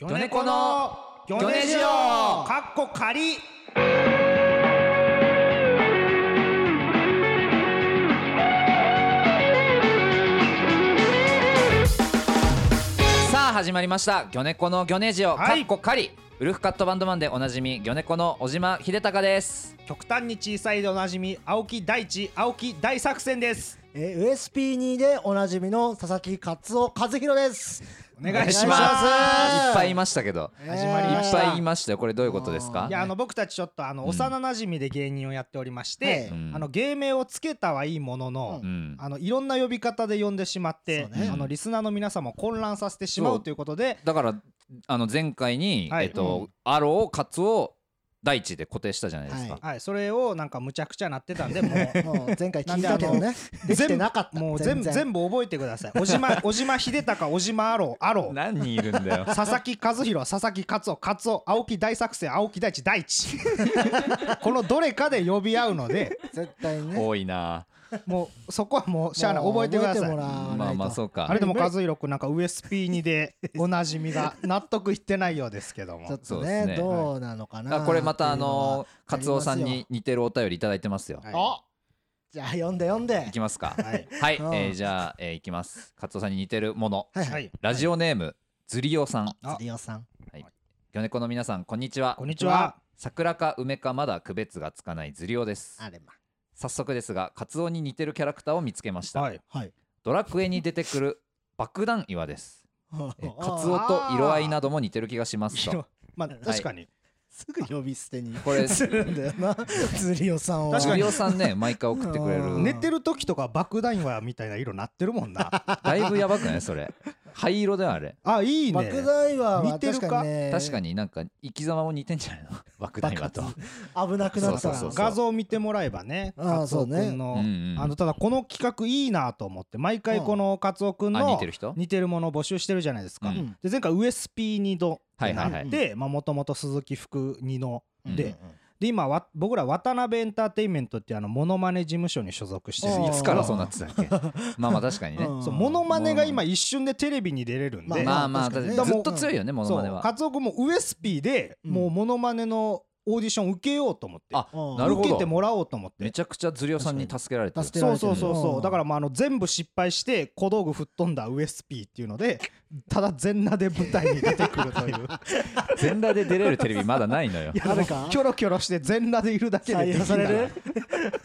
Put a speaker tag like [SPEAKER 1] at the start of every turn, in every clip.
[SPEAKER 1] 魚猫の魚ネジオ
[SPEAKER 2] かっこ仮
[SPEAKER 1] さあ始まりました「魚猫の魚ネジオ」
[SPEAKER 2] は
[SPEAKER 1] か
[SPEAKER 2] い
[SPEAKER 1] っこかりウルフカットバンドマンでおなじみ魚猫の小島秀隆です
[SPEAKER 2] 極端に小さいでおなじみ青木大地青木大作戦です
[SPEAKER 3] えー、USP2 でおなじみの佐々木勝夫和弘です。
[SPEAKER 2] お願いし
[SPEAKER 3] お願
[SPEAKER 2] ます
[SPEAKER 3] いし
[SPEAKER 1] いっぱいい
[SPEAKER 3] ま
[SPEAKER 1] ましたけど、
[SPEAKER 3] す。始
[SPEAKER 2] まりま
[SPEAKER 1] い
[SPEAKER 2] し
[SPEAKER 1] ったぱいいましたよこれどういうことですか
[SPEAKER 2] いやあの僕たちちょっとあの幼馴染で芸人をやっておりまして、
[SPEAKER 3] うん
[SPEAKER 2] あの芸名をつけたはいいものの、
[SPEAKER 1] うん
[SPEAKER 2] あのいろんな呼び方で呼んでしまって、
[SPEAKER 3] そうね
[SPEAKER 2] あのリスナーの皆様を混乱させてしま
[SPEAKER 1] そう
[SPEAKER 2] うということで
[SPEAKER 1] だからあの前回に、
[SPEAKER 2] はい
[SPEAKER 1] えっとアローカツオ大地で固定したじゃないですか、
[SPEAKER 3] は
[SPEAKER 2] はい、それをなんかむちゃくちゃなってたんでもう
[SPEAKER 3] もう前回聞いたけどね。できてなかった。
[SPEAKER 2] もう全部全部覚えてください小島小島秀隆小島アローアロー
[SPEAKER 1] 何人いるんだよ
[SPEAKER 2] 佐々木和弘佐々木勝夫勝夫青木大作戦青木大地大地 このどれかで呼び合うので
[SPEAKER 3] 絶対ね。
[SPEAKER 1] 多いな
[SPEAKER 2] もうそこはもうしゃあない
[SPEAKER 3] もう
[SPEAKER 2] 覚えてくださ
[SPEAKER 3] 覚え
[SPEAKER 2] い
[SPEAKER 3] もらわないと
[SPEAKER 1] まあまあそうか
[SPEAKER 2] あれでも和弘君なんか USP2 でおなじみが納得いってないようですけど
[SPEAKER 3] ちょっ
[SPEAKER 2] も
[SPEAKER 3] と
[SPEAKER 1] そうです
[SPEAKER 3] ね
[SPEAKER 1] ね
[SPEAKER 3] どうなのか
[SPEAKER 1] あ
[SPEAKER 3] な。
[SPEAKER 1] これまたあ
[SPEAKER 3] っ
[SPEAKER 1] のカ
[SPEAKER 3] ていう
[SPEAKER 1] ツ
[SPEAKER 3] のは
[SPEAKER 1] オさん
[SPEAKER 3] あり
[SPEAKER 1] に似てるお便りいただいてますよ、、
[SPEAKER 2] はいい
[SPEAKER 3] ますよ。おじゃあ読んで読んで
[SPEAKER 1] き。ます か
[SPEAKER 2] はい
[SPEAKER 1] はい、
[SPEAKER 3] うん
[SPEAKER 1] えーじゃあ、えーいきますカツオさんに似てるもの
[SPEAKER 3] はい
[SPEAKER 2] は
[SPEAKER 3] はい。
[SPEAKER 2] い
[SPEAKER 1] ラジオネーム、ズリオさん
[SPEAKER 2] あ
[SPEAKER 3] リオさん。
[SPEAKER 1] 魚猫の皆さんこんにちは
[SPEAKER 2] こんにちは
[SPEAKER 1] 桜か梅かまだ区別がつかないズリオです
[SPEAKER 3] あれま。
[SPEAKER 1] 早速ですがカツオに似てるキャラクターを見つけました、
[SPEAKER 2] はい
[SPEAKER 3] はい。
[SPEAKER 1] ドラクエに出てくる爆弾岩ですえ
[SPEAKER 3] あ
[SPEAKER 1] カツオと色合いなども似てる気がしますと
[SPEAKER 2] まあ確かに
[SPEAKER 3] すぐ呼び捨てに
[SPEAKER 1] これ
[SPEAKER 3] するんだよな。ズリオさんを。
[SPEAKER 2] 確かに
[SPEAKER 1] ズリオさんね毎回送ってくれる
[SPEAKER 3] うん
[SPEAKER 2] 寝てる時とか爆弾はみたいな色なってるもんな
[SPEAKER 1] だいぶやばくない それ灰色だよあれ
[SPEAKER 2] あいいね
[SPEAKER 3] 爆弾は
[SPEAKER 2] 似てるか
[SPEAKER 3] 確かにね。
[SPEAKER 1] 確かになんか生き様も似てんじゃないの爆弾岩と
[SPEAKER 3] 危なくなった
[SPEAKER 1] そう
[SPEAKER 3] ら
[SPEAKER 1] そうそう
[SPEAKER 2] 画像を見てもらえばね
[SPEAKER 3] あー
[SPEAKER 2] カツオ
[SPEAKER 3] そう
[SPEAKER 2] 君
[SPEAKER 3] ね
[SPEAKER 2] の、
[SPEAKER 1] うんうん
[SPEAKER 2] あのただこの企画いいなと思って毎回このカツオ君
[SPEAKER 1] あ
[SPEAKER 2] の
[SPEAKER 1] 似てる人
[SPEAKER 2] 似てるものを募集してるじゃないですか、
[SPEAKER 1] うん
[SPEAKER 3] うん
[SPEAKER 2] で前回 USP2 度
[SPEAKER 1] はいはいはい
[SPEAKER 2] でもともと鈴木福2度
[SPEAKER 1] うん
[SPEAKER 2] でで今わ僕ら渡辺エンターテインメントっていうあのモノマネ事務所に所属してるん
[SPEAKER 3] あ
[SPEAKER 1] い
[SPEAKER 3] ー
[SPEAKER 2] で
[SPEAKER 1] つからそうなってたっけまあまあ確かにね
[SPEAKER 3] うん
[SPEAKER 2] そうモノマネが今一瞬でテレビに出れるんで、
[SPEAKER 1] まあまあ
[SPEAKER 3] 確かにね
[SPEAKER 1] だってずっと強いよねモノ
[SPEAKER 2] そ
[SPEAKER 1] マネ
[SPEAKER 2] う
[SPEAKER 1] は
[SPEAKER 2] カツオ君も USP で
[SPEAKER 3] うん
[SPEAKER 2] もうモノマネのオーディション受けようと思って、
[SPEAKER 1] あ
[SPEAKER 3] うん
[SPEAKER 1] なるほ
[SPEAKER 2] 受
[SPEAKER 1] ど
[SPEAKER 2] けてもらおうと思って
[SPEAKER 1] めちゃくちゃズリオさんに助けられてる
[SPEAKER 3] 確かに
[SPEAKER 2] そうそうそうそう、
[SPEAKER 3] うん
[SPEAKER 2] だからまああの全部失敗して小道具吹っ飛んだウエスピーっていうのでただ全裸で舞台に出てくるという
[SPEAKER 1] 全裸で出れるテレビまだないのよ
[SPEAKER 2] いや
[SPEAKER 3] あるか
[SPEAKER 2] キョロキョロして全裸でいるだけで
[SPEAKER 3] 採
[SPEAKER 2] でき
[SPEAKER 3] 用
[SPEAKER 2] んだ
[SPEAKER 3] さ
[SPEAKER 2] か
[SPEAKER 3] れ
[SPEAKER 2] ら
[SPEAKER 3] る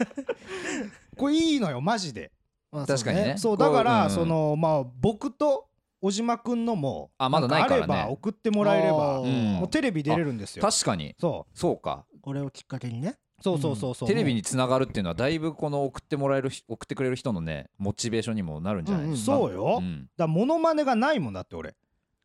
[SPEAKER 2] これいいのよマジで
[SPEAKER 3] まあ
[SPEAKER 1] 確かにね
[SPEAKER 2] そう
[SPEAKER 1] こう
[SPEAKER 2] だか
[SPEAKER 1] う
[SPEAKER 2] ら
[SPEAKER 1] ん
[SPEAKER 2] そのまあ僕と小島くんのも
[SPEAKER 1] あまだないからね
[SPEAKER 2] んあれば送ってもらえれば
[SPEAKER 3] あ
[SPEAKER 1] う
[SPEAKER 3] ー
[SPEAKER 1] ん
[SPEAKER 2] もうテレビ出れるんですよ
[SPEAKER 1] 確かに
[SPEAKER 2] そう
[SPEAKER 1] そうか
[SPEAKER 3] これをきっかけにね
[SPEAKER 2] そうそうそうそう
[SPEAKER 1] テレビにつながるっていうのはだいぶこの送ってもらえるひ送ってくれる人のねモチベーションにもなるんじゃない
[SPEAKER 3] うん
[SPEAKER 1] で
[SPEAKER 3] うん
[SPEAKER 1] すか
[SPEAKER 2] そうよ、
[SPEAKER 1] ん
[SPEAKER 2] だからモノマネがないもんだって俺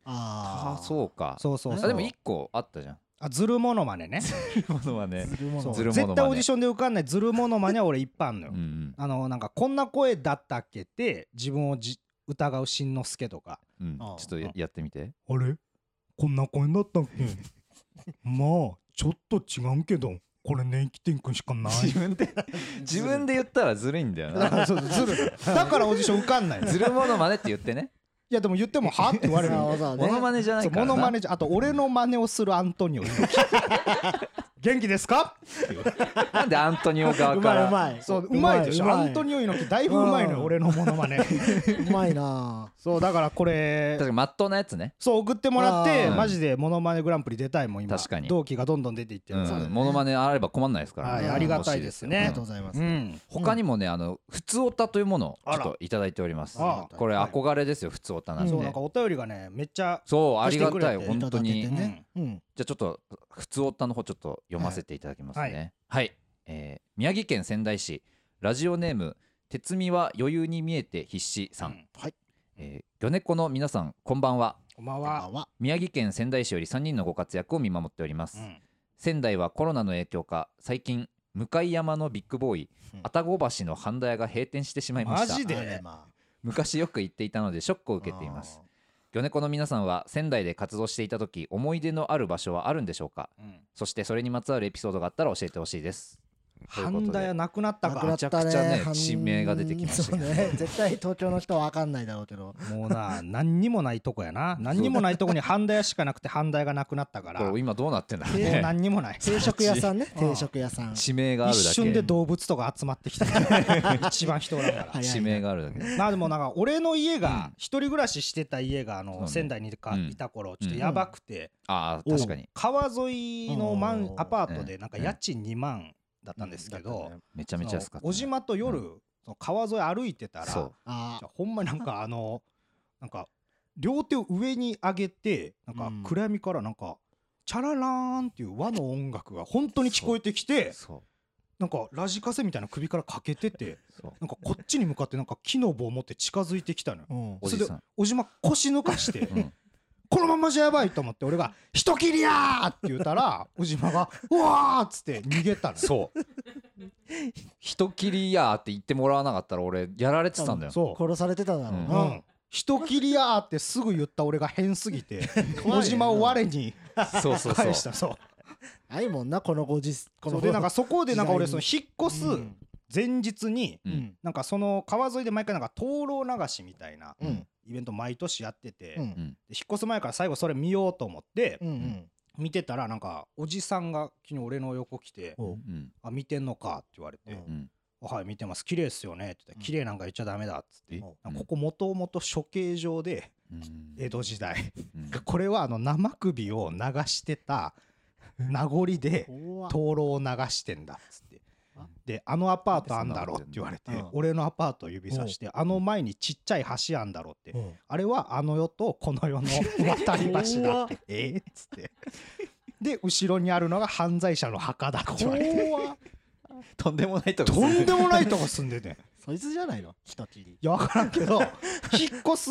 [SPEAKER 3] あ
[SPEAKER 1] あーそうか
[SPEAKER 2] そうそうそう
[SPEAKER 1] あでも一個あったじゃん
[SPEAKER 2] あズルモノマネね
[SPEAKER 1] ものはね
[SPEAKER 2] そう
[SPEAKER 1] ズルモノマネ
[SPEAKER 2] 絶対オーディションで受かんないズルモノマネは俺いっぱいあんの
[SPEAKER 1] う
[SPEAKER 2] よ、
[SPEAKER 1] んうん
[SPEAKER 2] あのなんかこんな声だったっけって自分をじ疑うしんのすけとか
[SPEAKER 1] うんち
[SPEAKER 3] あ
[SPEAKER 1] ょ
[SPEAKER 3] ー
[SPEAKER 1] っとややってみて
[SPEAKER 2] あれこんな声だったっけ まあちょっと違うけどこれ年季天君しかな
[SPEAKER 1] 自分で自分で言ったらずるいんだよ
[SPEAKER 2] だ
[SPEAKER 1] な
[SPEAKER 2] からそうズルだからオーディション受かんないのい
[SPEAKER 1] ずるものまねって言ってね
[SPEAKER 2] やでも言ってもはって言われるよ
[SPEAKER 3] わざわざ
[SPEAKER 1] モ
[SPEAKER 3] ね
[SPEAKER 1] ノマネじゃない
[SPEAKER 2] そう
[SPEAKER 1] から
[SPEAKER 2] モ
[SPEAKER 1] な
[SPEAKER 2] ノマネじゃあと俺の真似をするアントニオ猪木 元気ですか
[SPEAKER 1] なんでアントニオ側
[SPEAKER 3] う
[SPEAKER 1] か
[SPEAKER 3] まいう
[SPEAKER 1] ら
[SPEAKER 3] まい
[SPEAKER 2] そううまいでしょアント
[SPEAKER 3] ニ
[SPEAKER 2] ニオ猪木だいぶうまいの
[SPEAKER 3] う
[SPEAKER 2] よ
[SPEAKER 3] ん
[SPEAKER 2] 俺のモノマネ
[SPEAKER 3] うまいな
[SPEAKER 2] そうだからこれ
[SPEAKER 1] 確かにまっとうなやつね
[SPEAKER 2] そう送ってもらって
[SPEAKER 1] あー
[SPEAKER 2] マジでモノマネグランプリ出たいもん今
[SPEAKER 1] 確かに
[SPEAKER 2] 同期がどんどん出ていって
[SPEAKER 1] う
[SPEAKER 2] る、
[SPEAKER 1] ん
[SPEAKER 2] そうだね
[SPEAKER 1] モノマネあれば困んないですから
[SPEAKER 2] はい
[SPEAKER 1] ね
[SPEAKER 3] あり
[SPEAKER 2] がたいですね
[SPEAKER 3] あ
[SPEAKER 1] 欲
[SPEAKER 3] り
[SPEAKER 1] し
[SPEAKER 3] が
[SPEAKER 1] いでよ
[SPEAKER 3] とうござ
[SPEAKER 2] う
[SPEAKER 3] います
[SPEAKER 2] ん
[SPEAKER 1] うん他にもねあの普通オタというものを
[SPEAKER 2] あ
[SPEAKER 1] ちょ
[SPEAKER 2] ら
[SPEAKER 1] っといただいております
[SPEAKER 2] あ
[SPEAKER 1] これ憧れですよ普通オタなん
[SPEAKER 3] う
[SPEAKER 2] そう
[SPEAKER 1] で
[SPEAKER 2] なんかお便りがねめっちゃ
[SPEAKER 1] そうありがたい
[SPEAKER 2] 出してくれて
[SPEAKER 1] 本当に
[SPEAKER 3] いただけてねうん
[SPEAKER 1] じゃあちょっと普通オタの方ちょっと読ませていただきますね。は、
[SPEAKER 2] はいい
[SPEAKER 1] えー宮城県仙台市ラジオネーム鉄見は余裕に見えて必死さん。
[SPEAKER 2] うん
[SPEAKER 3] はい
[SPEAKER 1] えー、魚猫の皆さんこんばんは。
[SPEAKER 2] こんばん
[SPEAKER 3] こんば
[SPEAKER 2] は
[SPEAKER 3] んは
[SPEAKER 1] 宮城県仙台市より3人のご活躍を見守っております。
[SPEAKER 2] うん
[SPEAKER 1] 仙台はコロナの影響か最近向山のビッグボーイ
[SPEAKER 3] うん
[SPEAKER 1] 愛宕橋の半田屋が閉店してしまいました
[SPEAKER 2] マジで
[SPEAKER 3] あれまあ
[SPEAKER 1] 昔よく行っていたのでショックを受けています魚猫の皆さんは仙台で活動していた時思い出のある場所はあるんでしょうか
[SPEAKER 2] うん
[SPEAKER 1] そしてそれにまつわるエピソードがあったら教えてほしいです。ということで
[SPEAKER 2] 半田屋なくなった
[SPEAKER 3] なくな
[SPEAKER 2] か
[SPEAKER 3] った
[SPEAKER 1] めちゃくちゃね
[SPEAKER 3] ね半
[SPEAKER 1] 地名が出てきましたけど
[SPEAKER 3] そうね絶対東京の人は分かんないだろうけ ど
[SPEAKER 2] もうな何にもないとこやな何にもないとこに半田屋しかなくて半田屋がなくなったから
[SPEAKER 1] こ
[SPEAKER 2] も
[SPEAKER 1] れ今どうなってんだろう
[SPEAKER 2] う
[SPEAKER 1] ね
[SPEAKER 2] 何に もない
[SPEAKER 3] 定食屋さんね
[SPEAKER 2] うん
[SPEAKER 3] 定食屋さん
[SPEAKER 1] 地名があ
[SPEAKER 2] 一
[SPEAKER 1] るだ
[SPEAKER 2] 瞬で
[SPEAKER 1] け
[SPEAKER 2] 動物とか集まってきた 一番人おらんから
[SPEAKER 3] 早いな
[SPEAKER 1] 地名があるだけ
[SPEAKER 2] まあでもなんか俺の家が
[SPEAKER 1] うん
[SPEAKER 2] 一人暮らししてた家があ
[SPEAKER 1] そう
[SPEAKER 2] の
[SPEAKER 1] ね
[SPEAKER 2] 仙台にか
[SPEAKER 1] うん
[SPEAKER 2] いた頃ちょっとやばくて
[SPEAKER 1] ああ確かに
[SPEAKER 2] 川沿いのマン
[SPEAKER 3] おー
[SPEAKER 2] アパートでなんか
[SPEAKER 1] うん
[SPEAKER 2] 家賃2万だったんですけど
[SPEAKER 1] めちゃめちゃ安かったね
[SPEAKER 2] 小島と夜
[SPEAKER 1] う
[SPEAKER 2] その川沿い歩いてたらじ
[SPEAKER 1] そ
[SPEAKER 2] ゃ
[SPEAKER 1] う
[SPEAKER 3] あー
[SPEAKER 2] あほんまなんかあのなんか両手を上に上げてなんか暗闇からなんかチャララーンっていう和の音楽が本当に聞こえてきて
[SPEAKER 1] そ
[SPEAKER 2] なんかラジカセみたいな首からかけてて
[SPEAKER 1] うそう
[SPEAKER 2] なんかこっちに向かってなんか木の棒を持って近づいてきたのよ
[SPEAKER 3] うん
[SPEAKER 1] おじさん
[SPEAKER 2] 小島腰抜かして
[SPEAKER 1] うん
[SPEAKER 2] このままじゃやばいと思って俺が「人切りや!」って言った ら小島が「うわ!」っつって逃げたの
[SPEAKER 1] そう人切りやーって言ってもらわなかったら俺やられてたんだよ
[SPEAKER 2] そう
[SPEAKER 3] 殺されてただろう
[SPEAKER 2] う
[SPEAKER 3] な、
[SPEAKER 2] ん人切りやーってすぐ言った俺が変すぎて
[SPEAKER 3] 怖いね
[SPEAKER 2] 小島を我に
[SPEAKER 1] そうそうそう
[SPEAKER 2] 返したそう
[SPEAKER 3] ないもんなこのご時こ
[SPEAKER 2] そ
[SPEAKER 3] の
[SPEAKER 2] う でなんかそこでなんか俺
[SPEAKER 3] 時
[SPEAKER 2] そ
[SPEAKER 3] 代
[SPEAKER 2] の
[SPEAKER 3] に
[SPEAKER 2] 引っ越す
[SPEAKER 3] うん
[SPEAKER 2] 前日に
[SPEAKER 1] うん
[SPEAKER 3] うん
[SPEAKER 2] なんかその川沿いで毎回なんか灯籠流しみたいな
[SPEAKER 3] うん
[SPEAKER 2] イベント毎年やってて
[SPEAKER 3] う
[SPEAKER 2] で
[SPEAKER 3] ん
[SPEAKER 2] 引っ越す前から最後それ見ようと思って
[SPEAKER 3] うんうん
[SPEAKER 2] 見てたらなんかおじさんが昨日俺の横来て
[SPEAKER 3] お
[SPEAKER 1] う
[SPEAKER 3] う
[SPEAKER 1] ん
[SPEAKER 2] 「あ見てんのか」って言われて
[SPEAKER 3] う
[SPEAKER 1] う
[SPEAKER 3] ん
[SPEAKER 1] ん
[SPEAKER 2] はい見てます綺麗っすよね」って言ったら「綺麗なんか言っちゃダメだ」っつって、
[SPEAKER 3] うん
[SPEAKER 2] なんかここもともと処刑場で
[SPEAKER 1] うん
[SPEAKER 2] 江戸時代
[SPEAKER 1] うん
[SPEAKER 2] これはあの生首を流してた名残で
[SPEAKER 3] 怖っ
[SPEAKER 2] 灯籠を流してんだっつって
[SPEAKER 3] あ
[SPEAKER 2] で「あのアパートあんだろ」って言われて
[SPEAKER 3] うん
[SPEAKER 2] 俺のアパートを指さして「あの前にちっちゃい橋あんだろ」って
[SPEAKER 3] うん
[SPEAKER 2] あれはあの世とこの世 の渡り橋だって。えっつって。で、後ろにあるのが犯罪者の墓だって言われて。
[SPEAKER 3] 怖っ
[SPEAKER 1] とんでもないとこ
[SPEAKER 2] とんでもないとこ住んでて。
[SPEAKER 3] そいつじゃないの人切り
[SPEAKER 2] いや、わからんけど、引っ越す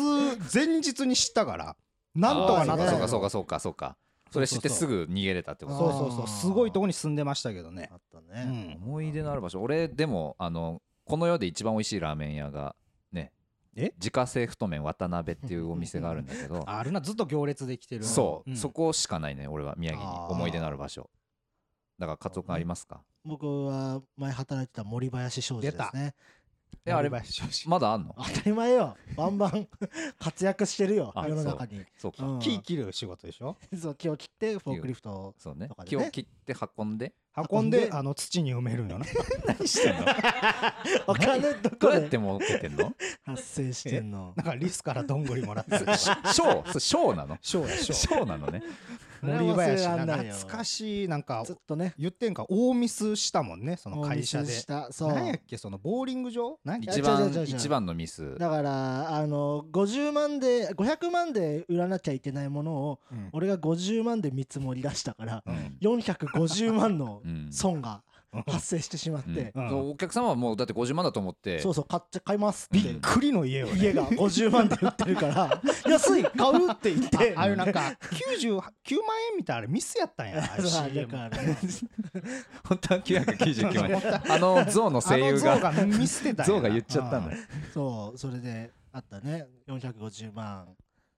[SPEAKER 2] 前日に知ったから、なんとかなった
[SPEAKER 1] そ
[SPEAKER 2] のよ
[SPEAKER 1] うかそうかそうかそうかそれ知ってすぐ逃げれたってこ
[SPEAKER 3] か
[SPEAKER 2] そう
[SPEAKER 1] と
[SPEAKER 2] そうそう、すごいとこに住んでましたけどね
[SPEAKER 3] あ。った
[SPEAKER 2] う
[SPEAKER 3] ね、
[SPEAKER 2] ん。
[SPEAKER 1] 思い出のある場所俺でもあのこの世で一番美味しいラーメン屋がね
[SPEAKER 2] え
[SPEAKER 1] 自家製太麺渡辺っていうお店があるんだけど
[SPEAKER 2] あるな、ずっと行列できてる。
[SPEAKER 1] そう、
[SPEAKER 2] ん
[SPEAKER 1] そ。こしかないね俺は宮城に
[SPEAKER 2] あー
[SPEAKER 1] 思い出のある場所だからカツオ君ありますか
[SPEAKER 3] 僕は前働いてた森林商事ですね
[SPEAKER 1] えあれ
[SPEAKER 2] 森林商事
[SPEAKER 1] まだあんの
[SPEAKER 3] 当たり前よバンバン 活躍してるよ
[SPEAKER 1] あ
[SPEAKER 3] 世の中に
[SPEAKER 1] そうか、
[SPEAKER 3] うん
[SPEAKER 2] 木切る仕事でしょ
[SPEAKER 3] そう木を切ってフォークリフトを
[SPEAKER 1] そうね
[SPEAKER 3] とかで
[SPEAKER 1] 木
[SPEAKER 3] ね
[SPEAKER 1] を切って運んで
[SPEAKER 2] 運ん
[SPEAKER 3] 運ん
[SPEAKER 2] で、
[SPEAKER 3] で
[SPEAKER 2] あの、土に埋めるんよな。
[SPEAKER 1] 何してんの
[SPEAKER 3] お金
[SPEAKER 1] ど
[SPEAKER 3] どこ
[SPEAKER 1] うやっ
[SPEAKER 3] で
[SPEAKER 1] て儲けてんの
[SPEAKER 3] 発生してんの
[SPEAKER 2] なんかリスからどんぐりもらって る。
[SPEAKER 1] ショーショーなの
[SPEAKER 2] ショーや、ショー
[SPEAKER 1] ショーなのね
[SPEAKER 2] 森林な
[SPEAKER 3] それは忘れらんないよ
[SPEAKER 2] 懐かしいなんか
[SPEAKER 3] ずっとね
[SPEAKER 2] 言ってんか大ミスしたもんねその会社
[SPEAKER 3] 大ミ
[SPEAKER 2] で
[SPEAKER 3] スしたそう
[SPEAKER 2] 何やっけそのボーリング場何
[SPEAKER 1] 一
[SPEAKER 3] 違う
[SPEAKER 1] 番
[SPEAKER 3] 違う違う違う
[SPEAKER 1] 一番のミス
[SPEAKER 3] だからあの50万で500万で売らなきゃいけないものを
[SPEAKER 2] うん
[SPEAKER 3] 俺が50万で見積もり出したから
[SPEAKER 1] うん
[SPEAKER 3] 450万の
[SPEAKER 1] うん
[SPEAKER 3] 損が発生してしまっ
[SPEAKER 1] うん
[SPEAKER 3] て、
[SPEAKER 2] うん
[SPEAKER 1] そうお客様はもうだって50万だと思って
[SPEAKER 3] そうそう買って買いますっ
[SPEAKER 2] びってくりの家よね
[SPEAKER 3] 家が50万で売ってるから 安い買うって言って
[SPEAKER 2] あああいうなんか99万円みたいなあれミスやったんやあれ
[SPEAKER 3] そう
[SPEAKER 2] CM
[SPEAKER 3] だからね
[SPEAKER 1] 本当は999万円あの象の
[SPEAKER 2] あ
[SPEAKER 1] 声
[SPEAKER 2] の
[SPEAKER 1] 優
[SPEAKER 2] 像
[SPEAKER 1] が
[SPEAKER 2] がミスってたんや
[SPEAKER 1] 象が言っちゃったの
[SPEAKER 2] うん
[SPEAKER 1] よ
[SPEAKER 3] そうそれであったね450万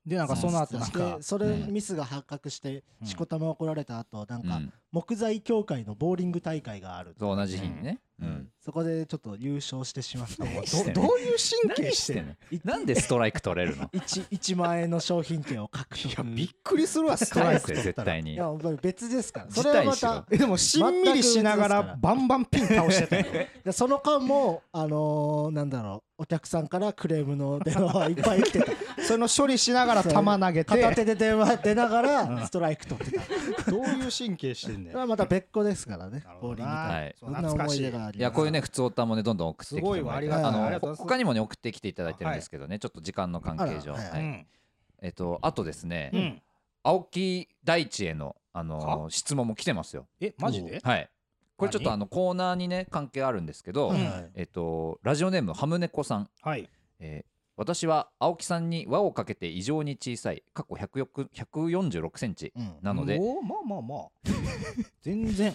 [SPEAKER 2] でなんかその後なん
[SPEAKER 3] して
[SPEAKER 2] か
[SPEAKER 3] それミスが発覚して
[SPEAKER 2] うん
[SPEAKER 3] しこたま怒られた後なん
[SPEAKER 1] う
[SPEAKER 3] か
[SPEAKER 1] ん
[SPEAKER 3] 木材協会のボーリング大会がある
[SPEAKER 1] そう同じ日にね
[SPEAKER 2] うん
[SPEAKER 1] うん
[SPEAKER 3] そこでちょっと優勝してしま って
[SPEAKER 1] してん
[SPEAKER 2] ど
[SPEAKER 1] の
[SPEAKER 2] どういう神経
[SPEAKER 1] 何
[SPEAKER 2] し
[SPEAKER 1] してて
[SPEAKER 2] ん
[SPEAKER 1] ん
[SPEAKER 2] の
[SPEAKER 1] のなんでストライク取れるの
[SPEAKER 3] 1, 1万円の商品券を獲得
[SPEAKER 2] いやびっくりするわストラ
[SPEAKER 1] 返
[SPEAKER 2] イク
[SPEAKER 1] せ
[SPEAKER 2] 取っ
[SPEAKER 1] 絶
[SPEAKER 2] たら
[SPEAKER 1] 対
[SPEAKER 3] い
[SPEAKER 1] に
[SPEAKER 3] や別ですからそれは
[SPEAKER 1] 辞退
[SPEAKER 3] ま
[SPEAKER 1] しろ
[SPEAKER 3] た
[SPEAKER 2] えでもしんみりしながらバンバンピン倒してたよ
[SPEAKER 3] でその間もあのーなんだろうお客さんからクレームの電話はいっぱい来てた
[SPEAKER 2] その処理しながら球投げ
[SPEAKER 3] 片
[SPEAKER 2] て
[SPEAKER 3] 手で電話出なが
[SPEAKER 2] うん
[SPEAKER 3] らストライク取ってた
[SPEAKER 2] どういう神経してんね
[SPEAKER 3] そ
[SPEAKER 2] ん
[SPEAKER 3] れはまた別個ですからね
[SPEAKER 2] なる
[SPEAKER 3] ボ
[SPEAKER 2] ほ
[SPEAKER 3] ーリ
[SPEAKER 2] ど
[SPEAKER 3] ング
[SPEAKER 2] な
[SPEAKER 3] 大会
[SPEAKER 1] はい
[SPEAKER 2] そ
[SPEAKER 3] そ
[SPEAKER 2] うん
[SPEAKER 3] な
[SPEAKER 2] 懐か
[SPEAKER 3] 思い
[SPEAKER 2] し
[SPEAKER 3] 出
[SPEAKER 2] い
[SPEAKER 3] があります
[SPEAKER 1] いやこういうね普通おたもねどんどん送ってきてもらえ
[SPEAKER 3] すごいわありが
[SPEAKER 1] て
[SPEAKER 3] とう
[SPEAKER 1] あ
[SPEAKER 3] あり
[SPEAKER 1] の
[SPEAKER 3] が
[SPEAKER 2] とうございます
[SPEAKER 1] 他にもね送ってきていただいてるんですけどねちょっと時間の関係上
[SPEAKER 3] あらはい
[SPEAKER 1] はい
[SPEAKER 2] うん
[SPEAKER 1] えっとあとですね
[SPEAKER 2] うん
[SPEAKER 1] 青木大地へのあの質問も来てますよ
[SPEAKER 2] えマジで
[SPEAKER 1] はいこれちょっと
[SPEAKER 2] 何
[SPEAKER 1] あのコーナーにね関係あるんですけど
[SPEAKER 2] うん
[SPEAKER 3] はい
[SPEAKER 1] えっとラジオネームハムネコさん
[SPEAKER 2] はい
[SPEAKER 1] えー私は青木さんに輪をかけて異常に小さい過去146センチ
[SPEAKER 3] うん
[SPEAKER 1] なので
[SPEAKER 2] おーまあまあまあ全然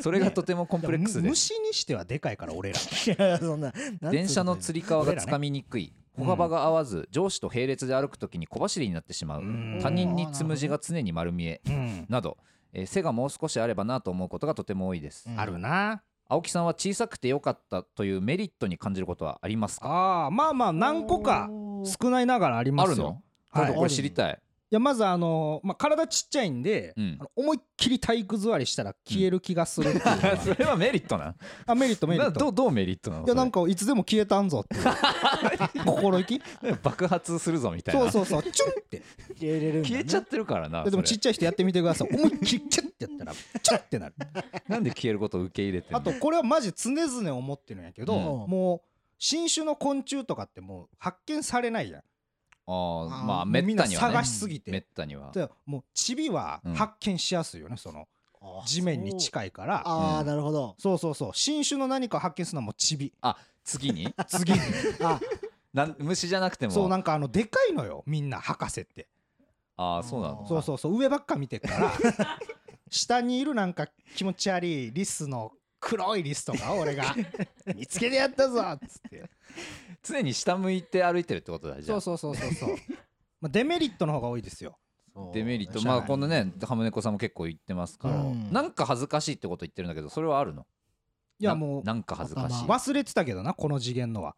[SPEAKER 1] それがとてもコンプレックス
[SPEAKER 2] いやむ
[SPEAKER 1] で
[SPEAKER 2] 虫にしてはでかいから俺ら
[SPEAKER 3] いやいやそんななんつう
[SPEAKER 1] 電車のつり革がつかみにくい
[SPEAKER 2] 俺らね
[SPEAKER 1] 歩幅が合わず上司と並列で歩くときに小走りになってしまう
[SPEAKER 2] うん
[SPEAKER 1] 他人につむじが常に丸見え
[SPEAKER 2] うん
[SPEAKER 1] など、えー背がもう少しあればなと思うことがとても多いです、
[SPEAKER 3] うん
[SPEAKER 2] あるな
[SPEAKER 1] 青木さんは小さくてよかったというメリットに感じることはありますか
[SPEAKER 2] ああまあまあ何個か少ないながらあり
[SPEAKER 1] あ
[SPEAKER 2] ま
[SPEAKER 1] る
[SPEAKER 2] すよ
[SPEAKER 1] のこれ
[SPEAKER 2] はい
[SPEAKER 1] これ知りたい、
[SPEAKER 2] いやまずあの、まあ、体ちっちゃいんで、
[SPEAKER 1] うん
[SPEAKER 2] あの思いっきり体育座りしたら消える気がするっていうのが、
[SPEAKER 1] それはメリットなん
[SPEAKER 2] あメリットメリ
[SPEAKER 1] な
[SPEAKER 2] ット
[SPEAKER 1] どうどうメリットなの
[SPEAKER 2] いやなん
[SPEAKER 1] か
[SPEAKER 2] かいつでも消えたんぞっていう 心意気
[SPEAKER 1] 爆発するぞみたいな
[SPEAKER 2] そうそうそうチュンってい
[SPEAKER 3] 消えれるんだね
[SPEAKER 1] 消えちゃってるからな
[SPEAKER 2] やでも
[SPEAKER 1] そ
[SPEAKER 2] ち
[SPEAKER 1] れ
[SPEAKER 2] っちゃい人やってみてください思いっきりチュンってやったらチュンってなる
[SPEAKER 1] なんで消えることを受け入れてんの
[SPEAKER 2] あとこれはマジ常々思ってるんやけど、
[SPEAKER 3] うん
[SPEAKER 2] もう新種の昆虫とかってもう発見されないやん
[SPEAKER 1] あ
[SPEAKER 2] あ
[SPEAKER 1] ー
[SPEAKER 2] ー
[SPEAKER 1] まあ
[SPEAKER 2] も
[SPEAKER 1] め
[SPEAKER 2] う
[SPEAKER 1] っ
[SPEAKER 2] みん
[SPEAKER 1] た
[SPEAKER 2] な
[SPEAKER 1] にはね
[SPEAKER 2] 探しすぎて
[SPEAKER 1] めったには
[SPEAKER 2] だからもうチビは
[SPEAKER 1] うん
[SPEAKER 2] 発見しやすいよね、その
[SPEAKER 3] あ
[SPEAKER 2] 地面に近いから
[SPEAKER 3] そうあ
[SPEAKER 1] う
[SPEAKER 3] あ
[SPEAKER 1] ん
[SPEAKER 3] なるほど
[SPEAKER 2] そうそうそう新種の何かを発見するのはもうチビ
[SPEAKER 1] 次に
[SPEAKER 2] 次に
[SPEAKER 3] あ
[SPEAKER 1] なん虫じゃなくても
[SPEAKER 2] そうなんかあのでかいのよみんな博士って
[SPEAKER 1] ああそうなの
[SPEAKER 2] そうそうそう上ばっか見てっから 下にいるなんか気持ち悪いリスの黒いリスとかを俺が見つけてやったぞっつって
[SPEAKER 1] 常に下向いて歩いてるってことだじゃ
[SPEAKER 2] そ
[SPEAKER 1] あ
[SPEAKER 2] うそうそうそうそうまあデメリットの方が多いですよ
[SPEAKER 3] そう
[SPEAKER 1] デメリット
[SPEAKER 2] しゃあ
[SPEAKER 1] ま
[SPEAKER 2] ない
[SPEAKER 1] あこのねハムネコさんも結構言ってますから、
[SPEAKER 3] うん
[SPEAKER 1] なんか恥ずかしいってこと言ってるんだけどそれはあるの
[SPEAKER 2] いや
[SPEAKER 1] な
[SPEAKER 2] もう
[SPEAKER 1] なんか恥ずかしい
[SPEAKER 3] 頭
[SPEAKER 2] 忘れてたけどなこの次元のは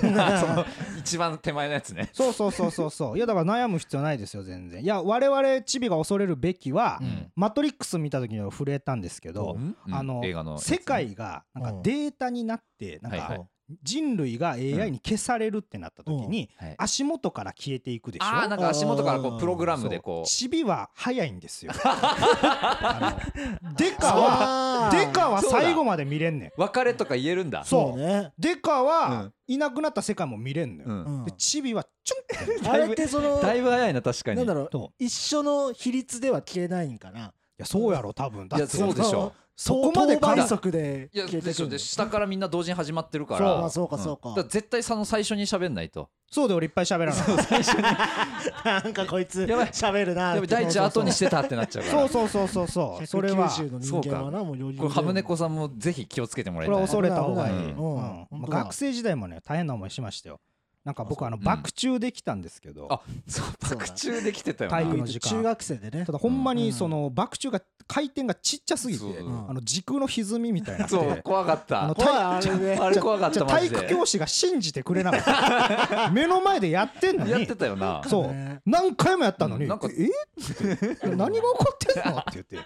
[SPEAKER 1] その一番手前のやつね
[SPEAKER 2] そうそうそうそうそういやだから悩む必要ないですよ全然いや我々チビが恐れるべきは、
[SPEAKER 1] うん
[SPEAKER 2] マトリックス見た時には触れたんですけど、
[SPEAKER 1] ん
[SPEAKER 2] あの
[SPEAKER 1] 映画のやつね
[SPEAKER 2] 世界がなんか
[SPEAKER 3] うん
[SPEAKER 2] データになってなん
[SPEAKER 1] はいは
[SPEAKER 2] か
[SPEAKER 1] い
[SPEAKER 2] 人類が AI に消されるってなった時に
[SPEAKER 1] はい
[SPEAKER 2] 足元から消えていくでしょ
[SPEAKER 1] ああなんか足元からこうプログラムでこう
[SPEAKER 2] チビは早いんです よあのデカは
[SPEAKER 3] あー
[SPEAKER 2] デカは
[SPEAKER 1] そうだ
[SPEAKER 2] 最後まで見れんねん
[SPEAKER 1] 別れとか言えるんだ
[SPEAKER 3] そうね
[SPEAKER 2] デカ
[SPEAKER 1] う
[SPEAKER 2] は
[SPEAKER 1] ん
[SPEAKER 2] いなくなった世界も見れんの
[SPEAKER 1] う
[SPEAKER 2] よ、
[SPEAKER 1] ん、
[SPEAKER 2] でチビはちょんって
[SPEAKER 3] うんあれってその
[SPEAKER 1] だいぶ早いな確かに
[SPEAKER 3] なんだろう
[SPEAKER 2] と
[SPEAKER 3] 一緒の比率では消えないんかない
[SPEAKER 2] やそうやろ多分だ
[SPEAKER 1] い
[SPEAKER 2] っ
[SPEAKER 1] や
[SPEAKER 2] て
[SPEAKER 1] そうでしょ
[SPEAKER 2] そこまで
[SPEAKER 3] 等倍速で
[SPEAKER 1] いや
[SPEAKER 3] 消えてく
[SPEAKER 1] で
[SPEAKER 3] る
[SPEAKER 1] しょで下からみんな同時に始まってるから
[SPEAKER 3] そうあそうかそうか
[SPEAKER 1] だら絶対その最初に喋んないと
[SPEAKER 2] そうで俺いっぱい喋らないそう
[SPEAKER 3] なんかこいつ
[SPEAKER 1] やばい
[SPEAKER 3] 喋るな
[SPEAKER 1] やべ第一後にしててたってなっちゃうから
[SPEAKER 2] そうそうそうそうそれは
[SPEAKER 3] 190の人間はなもう余裕で
[SPEAKER 1] これハムネコさんもぜひ気をつけてもらい
[SPEAKER 2] こ
[SPEAKER 1] た
[SPEAKER 2] れ
[SPEAKER 1] い
[SPEAKER 2] は恐れた方がいい、
[SPEAKER 1] うん
[SPEAKER 2] うん
[SPEAKER 3] うん
[SPEAKER 2] ま
[SPEAKER 3] 本
[SPEAKER 2] あ
[SPEAKER 3] 当だ
[SPEAKER 2] 学生時代もね大変な思いしましたよなんか僕あの
[SPEAKER 1] うん
[SPEAKER 2] 爆中できたんですけど、
[SPEAKER 1] あそう
[SPEAKER 3] そうだ
[SPEAKER 1] 爆中できてたよ
[SPEAKER 2] 体育
[SPEAKER 1] な
[SPEAKER 2] の時間
[SPEAKER 3] 中学生でね
[SPEAKER 2] ただほんまにその爆中が回転がちっちゃすぎて、
[SPEAKER 1] そう
[SPEAKER 2] あの時空の歪みみたいになって
[SPEAKER 1] そう怖かっ
[SPEAKER 2] あ
[SPEAKER 1] た
[SPEAKER 2] の
[SPEAKER 3] 怖いあれね
[SPEAKER 1] あれ怖かっ
[SPEAKER 2] じ
[SPEAKER 1] た
[SPEAKER 2] ゃあ
[SPEAKER 1] マ
[SPEAKER 2] 体
[SPEAKER 1] ジで
[SPEAKER 2] 育教師が信じてくれなかった目の前でやってんの
[SPEAKER 1] やっ
[SPEAKER 2] に
[SPEAKER 1] てたよな
[SPEAKER 2] そ
[SPEAKER 3] そう
[SPEAKER 2] う
[SPEAKER 3] ね
[SPEAKER 2] 何回もやったのに、
[SPEAKER 1] うんなんか
[SPEAKER 2] えって何が起こってんのって言って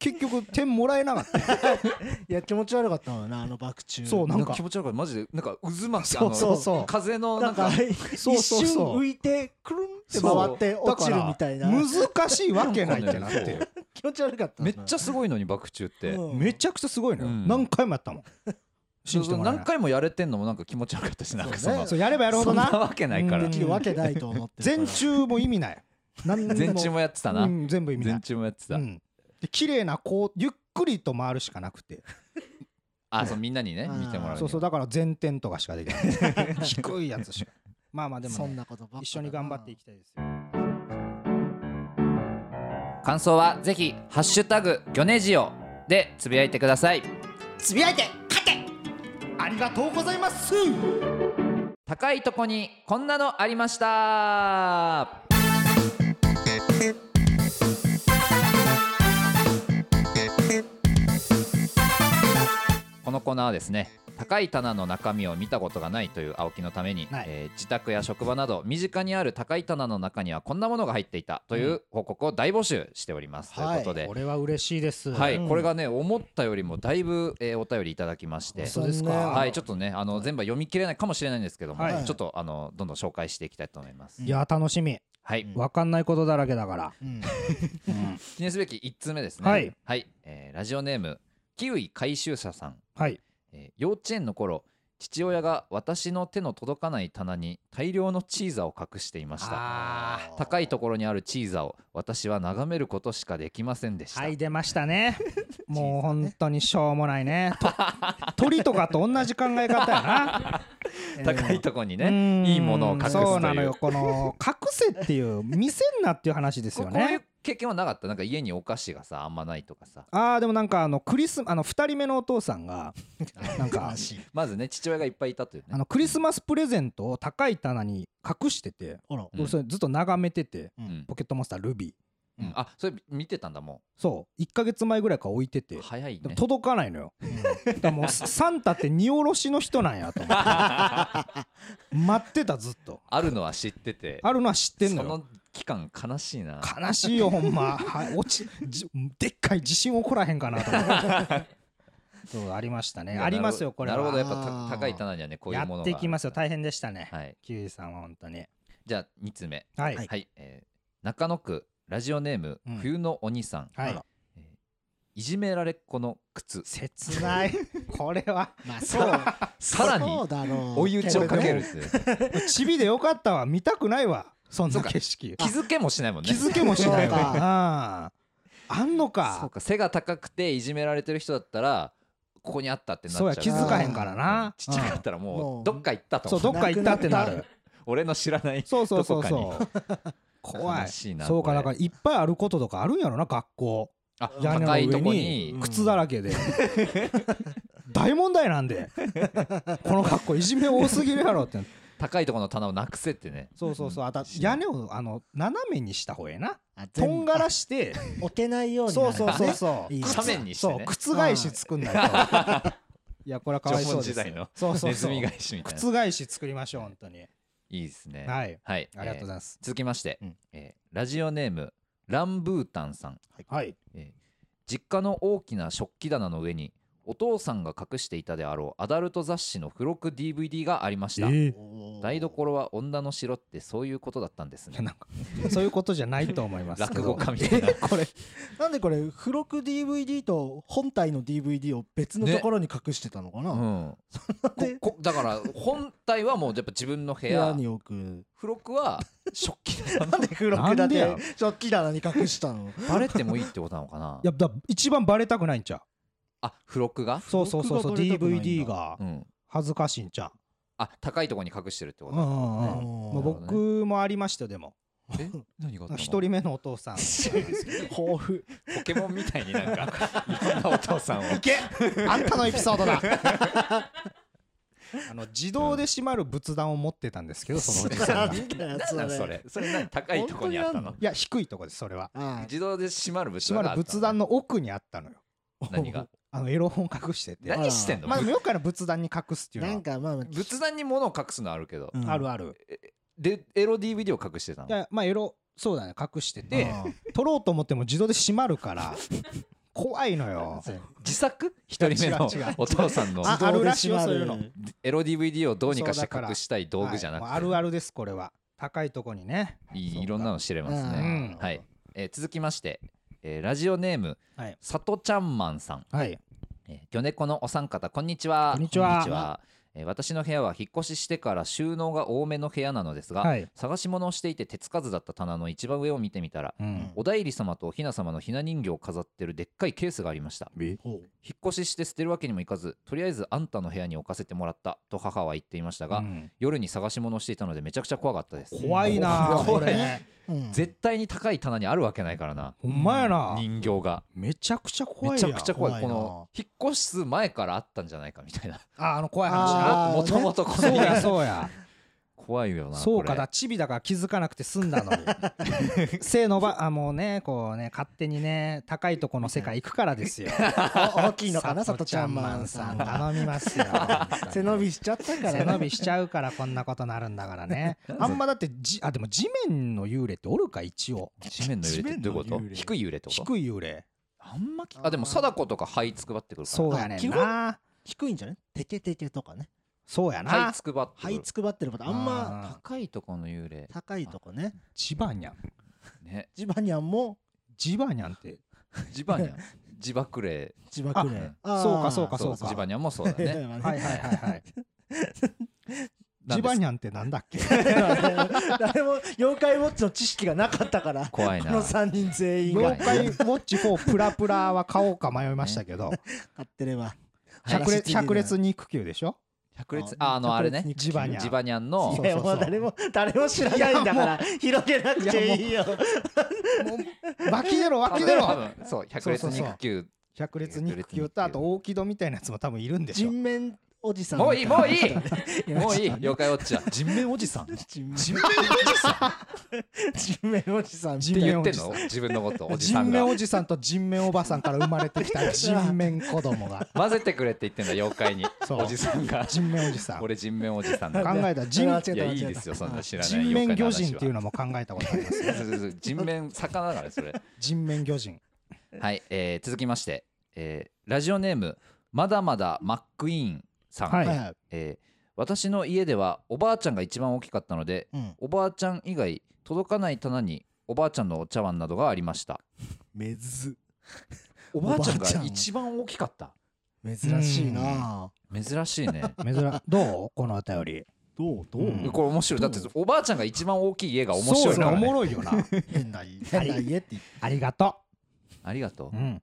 [SPEAKER 2] 結局点もらえなかった
[SPEAKER 3] いや気持ち悪かったのよなあの爆中
[SPEAKER 2] そう
[SPEAKER 1] な
[SPEAKER 2] なんん
[SPEAKER 1] か
[SPEAKER 2] か
[SPEAKER 1] 気持ち悪かったマジでなんか渦巻きあ
[SPEAKER 2] そうそうそう
[SPEAKER 1] の風のな
[SPEAKER 3] なんん
[SPEAKER 1] か
[SPEAKER 3] か
[SPEAKER 2] そう
[SPEAKER 3] 一
[SPEAKER 2] そう
[SPEAKER 3] 瞬
[SPEAKER 2] そう
[SPEAKER 3] 浮いてくるんって
[SPEAKER 1] そう
[SPEAKER 3] 回って落ちるみたいな
[SPEAKER 2] 難しいわけないってなっ
[SPEAKER 1] そう
[SPEAKER 2] て
[SPEAKER 3] 気持ち悪かった
[SPEAKER 1] めっちゃすごいのに爆中って
[SPEAKER 2] めちゃくちゃすごいのよ、
[SPEAKER 1] うん
[SPEAKER 2] 何回もやったもん 信じてもらえな
[SPEAKER 1] 何
[SPEAKER 2] い
[SPEAKER 1] 回もやれてんのもなんか気持ち悪かったしなんかそ
[SPEAKER 3] そう
[SPEAKER 1] の
[SPEAKER 3] ね
[SPEAKER 2] そうやればやるほど
[SPEAKER 1] そんな
[SPEAKER 2] な
[SPEAKER 1] わけないか
[SPEAKER 2] う
[SPEAKER 1] ら
[SPEAKER 3] できるわけないと思ってるか
[SPEAKER 2] 全
[SPEAKER 3] ら
[SPEAKER 2] 中も意味ない何で
[SPEAKER 1] 全中もやってたな
[SPEAKER 2] うん全部意味な
[SPEAKER 1] 全
[SPEAKER 2] い
[SPEAKER 1] 中もやって
[SPEAKER 2] う
[SPEAKER 1] た
[SPEAKER 2] んで綺麗なこうゆっくりと回るしかなくて
[SPEAKER 1] あそうみんなにね
[SPEAKER 3] あー
[SPEAKER 1] 見てもらうには
[SPEAKER 2] そうそうだから前転とかしかできない 低いやつしかまあまあでも
[SPEAKER 3] そん
[SPEAKER 2] ね
[SPEAKER 3] なことばっかだな
[SPEAKER 2] 一緒に頑張っていきたいですよ
[SPEAKER 1] 感想はぜひハッシュタグギョネジオでつぶやいてください
[SPEAKER 3] つぶやいて勝て
[SPEAKER 2] ありがとうございます
[SPEAKER 1] 高いとこにこんなのありましたこのコーナーはですね高い棚の中身を見たことがないという青木のために、
[SPEAKER 2] ない
[SPEAKER 1] えー自宅や職場など身近にある高い棚の中にはこんなものが入っていたという報告を大募集しております、ということで、
[SPEAKER 2] これは嬉しいです
[SPEAKER 1] はい、
[SPEAKER 3] うん
[SPEAKER 1] これがね思ったよりもだいぶ、えーお便りいただきまして
[SPEAKER 2] そうですか
[SPEAKER 1] はいちょっとねあの全部は読み切れないかもしれないんですけども、
[SPEAKER 2] はい
[SPEAKER 1] ちょっとあのどんどん紹介していきたいと思います、
[SPEAKER 2] いや楽しみ
[SPEAKER 1] はい
[SPEAKER 3] うん
[SPEAKER 2] わかんないことだらけだから、
[SPEAKER 3] うん
[SPEAKER 1] 記念すべき1通目ですね
[SPEAKER 2] はい、
[SPEAKER 1] えーラジオネームキウイ回収者さん、
[SPEAKER 2] はい
[SPEAKER 1] えー幼稚園の頃父親が私の手の届かない棚に大量のチーザを隠していました
[SPEAKER 2] あ
[SPEAKER 1] 高いところにあるチーザを私は眺めることしかできませんでし
[SPEAKER 2] ー
[SPEAKER 1] た、
[SPEAKER 2] はい出ましたねもう本当にしょうもないね と鳥とかと同じ考え方やな
[SPEAKER 1] 高いとこに
[SPEAKER 2] う
[SPEAKER 1] ね
[SPEAKER 2] ん
[SPEAKER 1] いいものを隠すという
[SPEAKER 2] そうなのよこの隠せっていう見せんなっていう話です
[SPEAKER 1] こ
[SPEAKER 2] よ
[SPEAKER 1] こうい
[SPEAKER 2] ね
[SPEAKER 1] う経験はなかったなんか家にお菓子がさあんまないと かさ
[SPEAKER 2] あーでもなんかあのクリスあの2人目のお父さんがなんか
[SPEAKER 3] 悲しい
[SPEAKER 1] まずね父親がいっぱいいたという
[SPEAKER 2] あ
[SPEAKER 1] ね
[SPEAKER 2] のクリスマスプレゼントを高い棚に隠してて
[SPEAKER 3] ほら
[SPEAKER 1] うん
[SPEAKER 2] 俺それずっと眺めてて
[SPEAKER 1] うん
[SPEAKER 2] ポケットモンスタールビ
[SPEAKER 1] うん
[SPEAKER 2] うん
[SPEAKER 1] あそれ見てたんだも
[SPEAKER 2] そう1か月前ぐらいから置いてて
[SPEAKER 1] う早い
[SPEAKER 2] でも
[SPEAKER 1] ね
[SPEAKER 2] 届かないのよ、だからもうサンタって荷下ろしの人なんやと思って
[SPEAKER 1] あ
[SPEAKER 2] 待ってたずっと
[SPEAKER 1] るのは知ってて
[SPEAKER 2] あるのは知ってんの
[SPEAKER 1] そ
[SPEAKER 2] よ
[SPEAKER 1] の期間悲しいな
[SPEAKER 2] 悲しいよほんまはい落ちじでっかい地震起こらへんかなと思 ってそうありましたねありますよこれは
[SPEAKER 1] なるほどやっ
[SPEAKER 3] あ
[SPEAKER 1] ぱ
[SPEAKER 3] ー
[SPEAKER 1] た高い棚にはねこういう
[SPEAKER 2] や
[SPEAKER 1] ものが
[SPEAKER 2] っていきますよ大変でしたね、
[SPEAKER 1] はい
[SPEAKER 2] キウイさんは本当に
[SPEAKER 1] じゃあ2つ目
[SPEAKER 2] はい
[SPEAKER 1] はい、えー中野区ラジオネーム、
[SPEAKER 2] うん
[SPEAKER 1] 冬のお兄さん、
[SPEAKER 2] はい
[SPEAKER 1] えーいじめられっ子の靴
[SPEAKER 2] 切ないこれは
[SPEAKER 3] まあそう
[SPEAKER 1] さらに
[SPEAKER 3] そうだろう
[SPEAKER 1] 追い打ちをかけるっ
[SPEAKER 3] こ
[SPEAKER 1] すね
[SPEAKER 2] チビでよかったわ見たくないわそんな景色
[SPEAKER 1] 気づけもしないもんね
[SPEAKER 2] 気づけもしないわ
[SPEAKER 3] そう
[SPEAKER 2] ああんの
[SPEAKER 1] そう
[SPEAKER 2] か
[SPEAKER 1] か背が高くていじめられてる人だったらここにあったってなっちゃ
[SPEAKER 2] そううや気づかへんから
[SPEAKER 1] うん
[SPEAKER 2] な
[SPEAKER 1] ちっちゃかったらも
[SPEAKER 3] もう
[SPEAKER 1] うどっか行ったと
[SPEAKER 2] そうどっか行ったってな
[SPEAKER 3] なくな
[SPEAKER 2] る
[SPEAKER 1] 俺の知らない
[SPEAKER 2] そうそうそう
[SPEAKER 1] ど
[SPEAKER 2] そう怖
[SPEAKER 1] 悲
[SPEAKER 2] い
[SPEAKER 1] しいな
[SPEAKER 2] そう
[SPEAKER 1] こ
[SPEAKER 2] か
[SPEAKER 1] れ
[SPEAKER 2] だからいっぱいあることとかあるんやろな学校
[SPEAKER 1] あ
[SPEAKER 2] 屋根の
[SPEAKER 1] 高いとこ
[SPEAKER 2] 上
[SPEAKER 1] に
[SPEAKER 3] うん
[SPEAKER 2] 靴だら けで大問題なんでこの学校いじめ多すぎるやろって
[SPEAKER 1] 高いとこの棚をなくせってね
[SPEAKER 2] そうそうそうあと
[SPEAKER 1] しな
[SPEAKER 2] 屋根をあの斜めにした方がええな
[SPEAKER 3] あ
[SPEAKER 2] と
[SPEAKER 3] 全部
[SPEAKER 2] んがらして
[SPEAKER 3] 置けないように
[SPEAKER 2] そうそうそう
[SPEAKER 3] ね
[SPEAKER 2] そう
[SPEAKER 3] いい
[SPEAKER 1] 斜面にしてね
[SPEAKER 2] そう覆し作んないといやこれはかわいそうです
[SPEAKER 1] 縄文時代の
[SPEAKER 2] そうそう
[SPEAKER 1] ネズ
[SPEAKER 2] そう
[SPEAKER 1] ミ返しみたいな
[SPEAKER 2] 覆し作りましょう本当に
[SPEAKER 1] いいですね、
[SPEAKER 2] はいい
[SPEAKER 1] はい、
[SPEAKER 2] ありがとうございます
[SPEAKER 1] えー続きまして、
[SPEAKER 2] うん
[SPEAKER 1] えーラジオネームランブータンさん、
[SPEAKER 2] はい
[SPEAKER 1] えー実家の大きな食器棚の上にお父さんが隠していたであろうアダルト雑誌の付録 DVD がありました、
[SPEAKER 3] おー
[SPEAKER 1] 台所は女の城ってそういうことだったんですね
[SPEAKER 2] なんかそういうことじゃないと思いますけ
[SPEAKER 1] 落語
[SPEAKER 2] ど
[SPEAKER 1] 家みたいな
[SPEAKER 2] これ
[SPEAKER 3] なんでこれ付録 DVD と本体の DVD を別のところに隠してたのかな、
[SPEAKER 1] うん
[SPEAKER 3] で
[SPEAKER 1] ここだから本体はもうやっぱ自分の部
[SPEAKER 3] 部
[SPEAKER 1] 屋
[SPEAKER 3] 屋に置く
[SPEAKER 1] 付録は食器棚
[SPEAKER 3] なんで付録
[SPEAKER 2] な
[SPEAKER 3] だ
[SPEAKER 2] んでや
[SPEAKER 3] け食器棚に隠したの
[SPEAKER 1] バレてもいいってことなのかない
[SPEAKER 2] やだ一番バレたくないんちゃう
[SPEAKER 1] あ付録が
[SPEAKER 2] そうそうそうそう
[SPEAKER 3] 録画撮りたくないんだ
[SPEAKER 2] DVD が
[SPEAKER 1] うん
[SPEAKER 2] 恥ずかしいんちゃ
[SPEAKER 1] あ高いとこに隠してるって
[SPEAKER 2] う
[SPEAKER 1] こ
[SPEAKER 2] うんうんうん
[SPEAKER 1] と
[SPEAKER 3] も
[SPEAKER 2] まあ
[SPEAKER 3] う僕
[SPEAKER 2] 僕もありましたよでも
[SPEAKER 1] え何があったの
[SPEAKER 2] 一人目のお父 さん
[SPEAKER 3] 豊富
[SPEAKER 1] ポケモンみたいになん かいろんなお父さんを
[SPEAKER 2] けあんたのエピソード だあの自動で閉まる仏壇を持ってたんですけどそのおじさん がい
[SPEAKER 1] 何なんそれそれ何高いとこにあったの
[SPEAKER 2] や低いとこですそれは
[SPEAKER 3] あ
[SPEAKER 1] 自動で閉まる仏
[SPEAKER 2] 閉
[SPEAKER 1] 壇
[SPEAKER 2] まる
[SPEAKER 1] があった
[SPEAKER 2] 仏壇の奥にあったのよ
[SPEAKER 1] 何が
[SPEAKER 2] あのエロ本隠してて
[SPEAKER 1] 何してんの
[SPEAKER 2] まあでもよくある仏壇に隠すっていう
[SPEAKER 3] な
[SPEAKER 2] の
[SPEAKER 3] ん
[SPEAKER 2] は
[SPEAKER 3] かまあまあ
[SPEAKER 1] 仏壇に物を隠すのはあるけど
[SPEAKER 3] うん
[SPEAKER 2] あるある
[SPEAKER 1] でエロ DVD を隠してた
[SPEAKER 2] い
[SPEAKER 1] の
[SPEAKER 2] やまあエロそうだね隠してて
[SPEAKER 3] あ
[SPEAKER 2] 取ろうと思っても自動で閉まるから怖いのよ
[SPEAKER 1] 自作一人目の
[SPEAKER 2] 違う違う
[SPEAKER 1] お父さんの
[SPEAKER 2] ああるらしいよ
[SPEAKER 3] 自動で
[SPEAKER 2] そう
[SPEAKER 3] 閉
[SPEAKER 2] い
[SPEAKER 3] ま
[SPEAKER 2] う
[SPEAKER 3] る
[SPEAKER 1] エロ DVD をどうにかし
[SPEAKER 2] そう
[SPEAKER 1] て
[SPEAKER 2] だから
[SPEAKER 1] 隠したい道具じゃな
[SPEAKER 2] はい
[SPEAKER 1] く
[SPEAKER 2] もうあるあるですこれは高いとこにね
[SPEAKER 1] てい
[SPEAKER 2] そう
[SPEAKER 1] い
[SPEAKER 2] か
[SPEAKER 1] いろんなの知れます
[SPEAKER 3] う
[SPEAKER 1] ね
[SPEAKER 2] ん
[SPEAKER 1] はいえー続きましてえーラジオネーム
[SPEAKER 2] はい
[SPEAKER 1] さとちゃんまんさん
[SPEAKER 2] はい
[SPEAKER 1] えー魚猫のお三方こんにちは
[SPEAKER 2] こんにちは
[SPEAKER 1] えー私の部屋は引っ越ししてから収納が多めの部屋なのですが、
[SPEAKER 2] はい
[SPEAKER 1] 探し物をしていて手つかずだった棚の一番上を見てみたら、
[SPEAKER 2] うん
[SPEAKER 1] おだいり様とおひな様のひな人形を飾ってるでっかいケースがありました
[SPEAKER 3] ほう
[SPEAKER 1] 引っ越しして捨てるわけにもいかずとりあえずあんたの部屋に置かせてもらったと母は言っていましたが、
[SPEAKER 2] うん
[SPEAKER 1] 夜に探し物をしていたのでめちゃくちゃ怖かったです
[SPEAKER 2] 怖いなあ
[SPEAKER 3] 怖
[SPEAKER 2] こ
[SPEAKER 3] い
[SPEAKER 2] れ
[SPEAKER 3] ねうん
[SPEAKER 1] 絶対に高い棚にあるわけないからな
[SPEAKER 2] ほんまやな
[SPEAKER 1] 人形が
[SPEAKER 2] めちゃくちゃ怖いやん
[SPEAKER 1] めちゃくちゃ怖い
[SPEAKER 3] 怖いな
[SPEAKER 1] この引っ越す前からあったんじゃないかみたいな
[SPEAKER 2] ああの怖い話な
[SPEAKER 3] あー
[SPEAKER 1] もともとこ
[SPEAKER 2] そ
[SPEAKER 1] の
[SPEAKER 2] うやそうや
[SPEAKER 1] 怖いよな
[SPEAKER 2] そう
[SPEAKER 1] こ
[SPEAKER 2] か
[SPEAKER 1] れ
[SPEAKER 2] だチビだから気づかなくて済んだのに背伸ばあもうねこうね勝手にね高いとこの世界行くからですよ
[SPEAKER 3] お大きいのかなさとちゃんまんさんが
[SPEAKER 2] 頼みますよ
[SPEAKER 3] 背伸びしちゃったから
[SPEAKER 2] 背
[SPEAKER 3] な
[SPEAKER 2] 伸びしちゃうからこんなことなるんだから ねあんまだってじあでも地面の幽霊っておるか一応
[SPEAKER 1] 地面の揺れってどういうこと
[SPEAKER 3] 地面の幽霊
[SPEAKER 1] 低い揺れってこと
[SPEAKER 2] 低い幽霊
[SPEAKER 1] あんまきあでも貞子とか灰つくばってくるから
[SPEAKER 2] そうやねんな
[SPEAKER 3] 低いんじゃないテケテケとかね
[SPEAKER 2] そうや
[SPEAKER 1] 灰
[SPEAKER 2] な
[SPEAKER 1] つくばってく
[SPEAKER 3] 這い
[SPEAKER 1] る
[SPEAKER 3] つくばってることあんま
[SPEAKER 2] あー
[SPEAKER 1] 高いとこの幽霊
[SPEAKER 3] 高いとこね
[SPEAKER 2] ジバニャン
[SPEAKER 1] ね
[SPEAKER 3] ジバニャンも
[SPEAKER 2] ジバニャンって
[SPEAKER 1] ジバ ニャンジバクレ
[SPEAKER 3] 自爆霊
[SPEAKER 2] あそうか
[SPEAKER 1] イそう
[SPEAKER 2] そうか
[SPEAKER 1] ジバニャンもそう だね
[SPEAKER 2] はいはいはいはいジバ
[SPEAKER 1] ャン
[SPEAKER 2] ニャンってなんだっ け
[SPEAKER 3] 誰も妖怪ウォッチの知識がなかったから
[SPEAKER 1] 怖い
[SPEAKER 3] こ
[SPEAKER 1] な
[SPEAKER 3] の3人全員
[SPEAKER 2] 妖
[SPEAKER 3] が
[SPEAKER 2] 怪ウォッチ4プラプラは買おうか迷いましたけど
[SPEAKER 3] 買ってれば
[SPEAKER 2] 百列百列肉球でしょ
[SPEAKER 1] 百列ああのあれね
[SPEAKER 2] ジバニ
[SPEAKER 1] ジ
[SPEAKER 2] ャン
[SPEAKER 1] バニャンの
[SPEAKER 2] そう
[SPEAKER 3] いやもう誰も誰も知らないんだから広げなくていいよ
[SPEAKER 2] 湧き出ろ湧き 出
[SPEAKER 1] 多
[SPEAKER 2] ろ
[SPEAKER 1] 分そう百列
[SPEAKER 2] そうそうそう
[SPEAKER 1] 肉球
[SPEAKER 2] 百列肉球とあと大木戸みたいなやつも多分いるんでしょ
[SPEAKER 3] 人面おじさん
[SPEAKER 1] もういいもういい
[SPEAKER 3] い
[SPEAKER 1] も ういい妖怪ウォッチは
[SPEAKER 2] 人面おじさん
[SPEAKER 3] 地面
[SPEAKER 1] 人面おじさんっ
[SPEAKER 3] 地面おじさん
[SPEAKER 1] て
[SPEAKER 2] 人面
[SPEAKER 1] 言っ
[SPEAKER 2] お
[SPEAKER 1] て
[SPEAKER 2] じ
[SPEAKER 1] ん
[SPEAKER 2] さん
[SPEAKER 1] の自分のことおじさ
[SPEAKER 2] 人
[SPEAKER 1] ん
[SPEAKER 2] 面
[SPEAKER 1] が
[SPEAKER 2] おじさんと人面おばさんから生まれてき た人面子供が
[SPEAKER 1] 混ぜてくれって言ってんだ妖怪に
[SPEAKER 2] そう
[SPEAKER 1] おじさんが
[SPEAKER 2] 人面おじさん考
[SPEAKER 1] 俺人面おじさんだから
[SPEAKER 2] えたら人
[SPEAKER 3] あ違う
[SPEAKER 1] いや
[SPEAKER 3] 違う
[SPEAKER 1] いい
[SPEAKER 3] 違う
[SPEAKER 1] ですよそんな知らない
[SPEAKER 2] 人
[SPEAKER 1] 妖怪
[SPEAKER 2] 面魚
[SPEAKER 1] の話は
[SPEAKER 2] 人っていうのも考えたことあり ます
[SPEAKER 1] そうそうそう人面魚だからそれ
[SPEAKER 2] 人面魚人
[SPEAKER 1] はい、えー続きまして、えーラジオネームまだまだマックイーンさん、
[SPEAKER 2] はい
[SPEAKER 3] はいはい
[SPEAKER 1] えー私の家ではおばあちゃんが一番大きかったので
[SPEAKER 3] うん
[SPEAKER 1] おばあちゃん以外届かない棚におばあちゃんのお茶碗などがありました
[SPEAKER 3] めず
[SPEAKER 1] おば
[SPEAKER 3] ばあ
[SPEAKER 1] あ
[SPEAKER 3] ち
[SPEAKER 1] ちゃ
[SPEAKER 3] ゃん
[SPEAKER 1] ん
[SPEAKER 3] が
[SPEAKER 1] が一番大きかった
[SPEAKER 3] 珍しいな
[SPEAKER 1] 珍しいね
[SPEAKER 2] 珍どうこのお便り
[SPEAKER 4] どうどう、
[SPEAKER 2] うん
[SPEAKER 1] これ面白いだっておばあちゃんが一番大きい家が面
[SPEAKER 2] そ
[SPEAKER 1] 白
[SPEAKER 2] う
[SPEAKER 1] い
[SPEAKER 2] ね
[SPEAKER 1] から、
[SPEAKER 2] お
[SPEAKER 1] ね
[SPEAKER 2] もろいよ な
[SPEAKER 3] 変な家変な家って言って
[SPEAKER 2] ありがと
[SPEAKER 1] ありがとう
[SPEAKER 2] う、うん、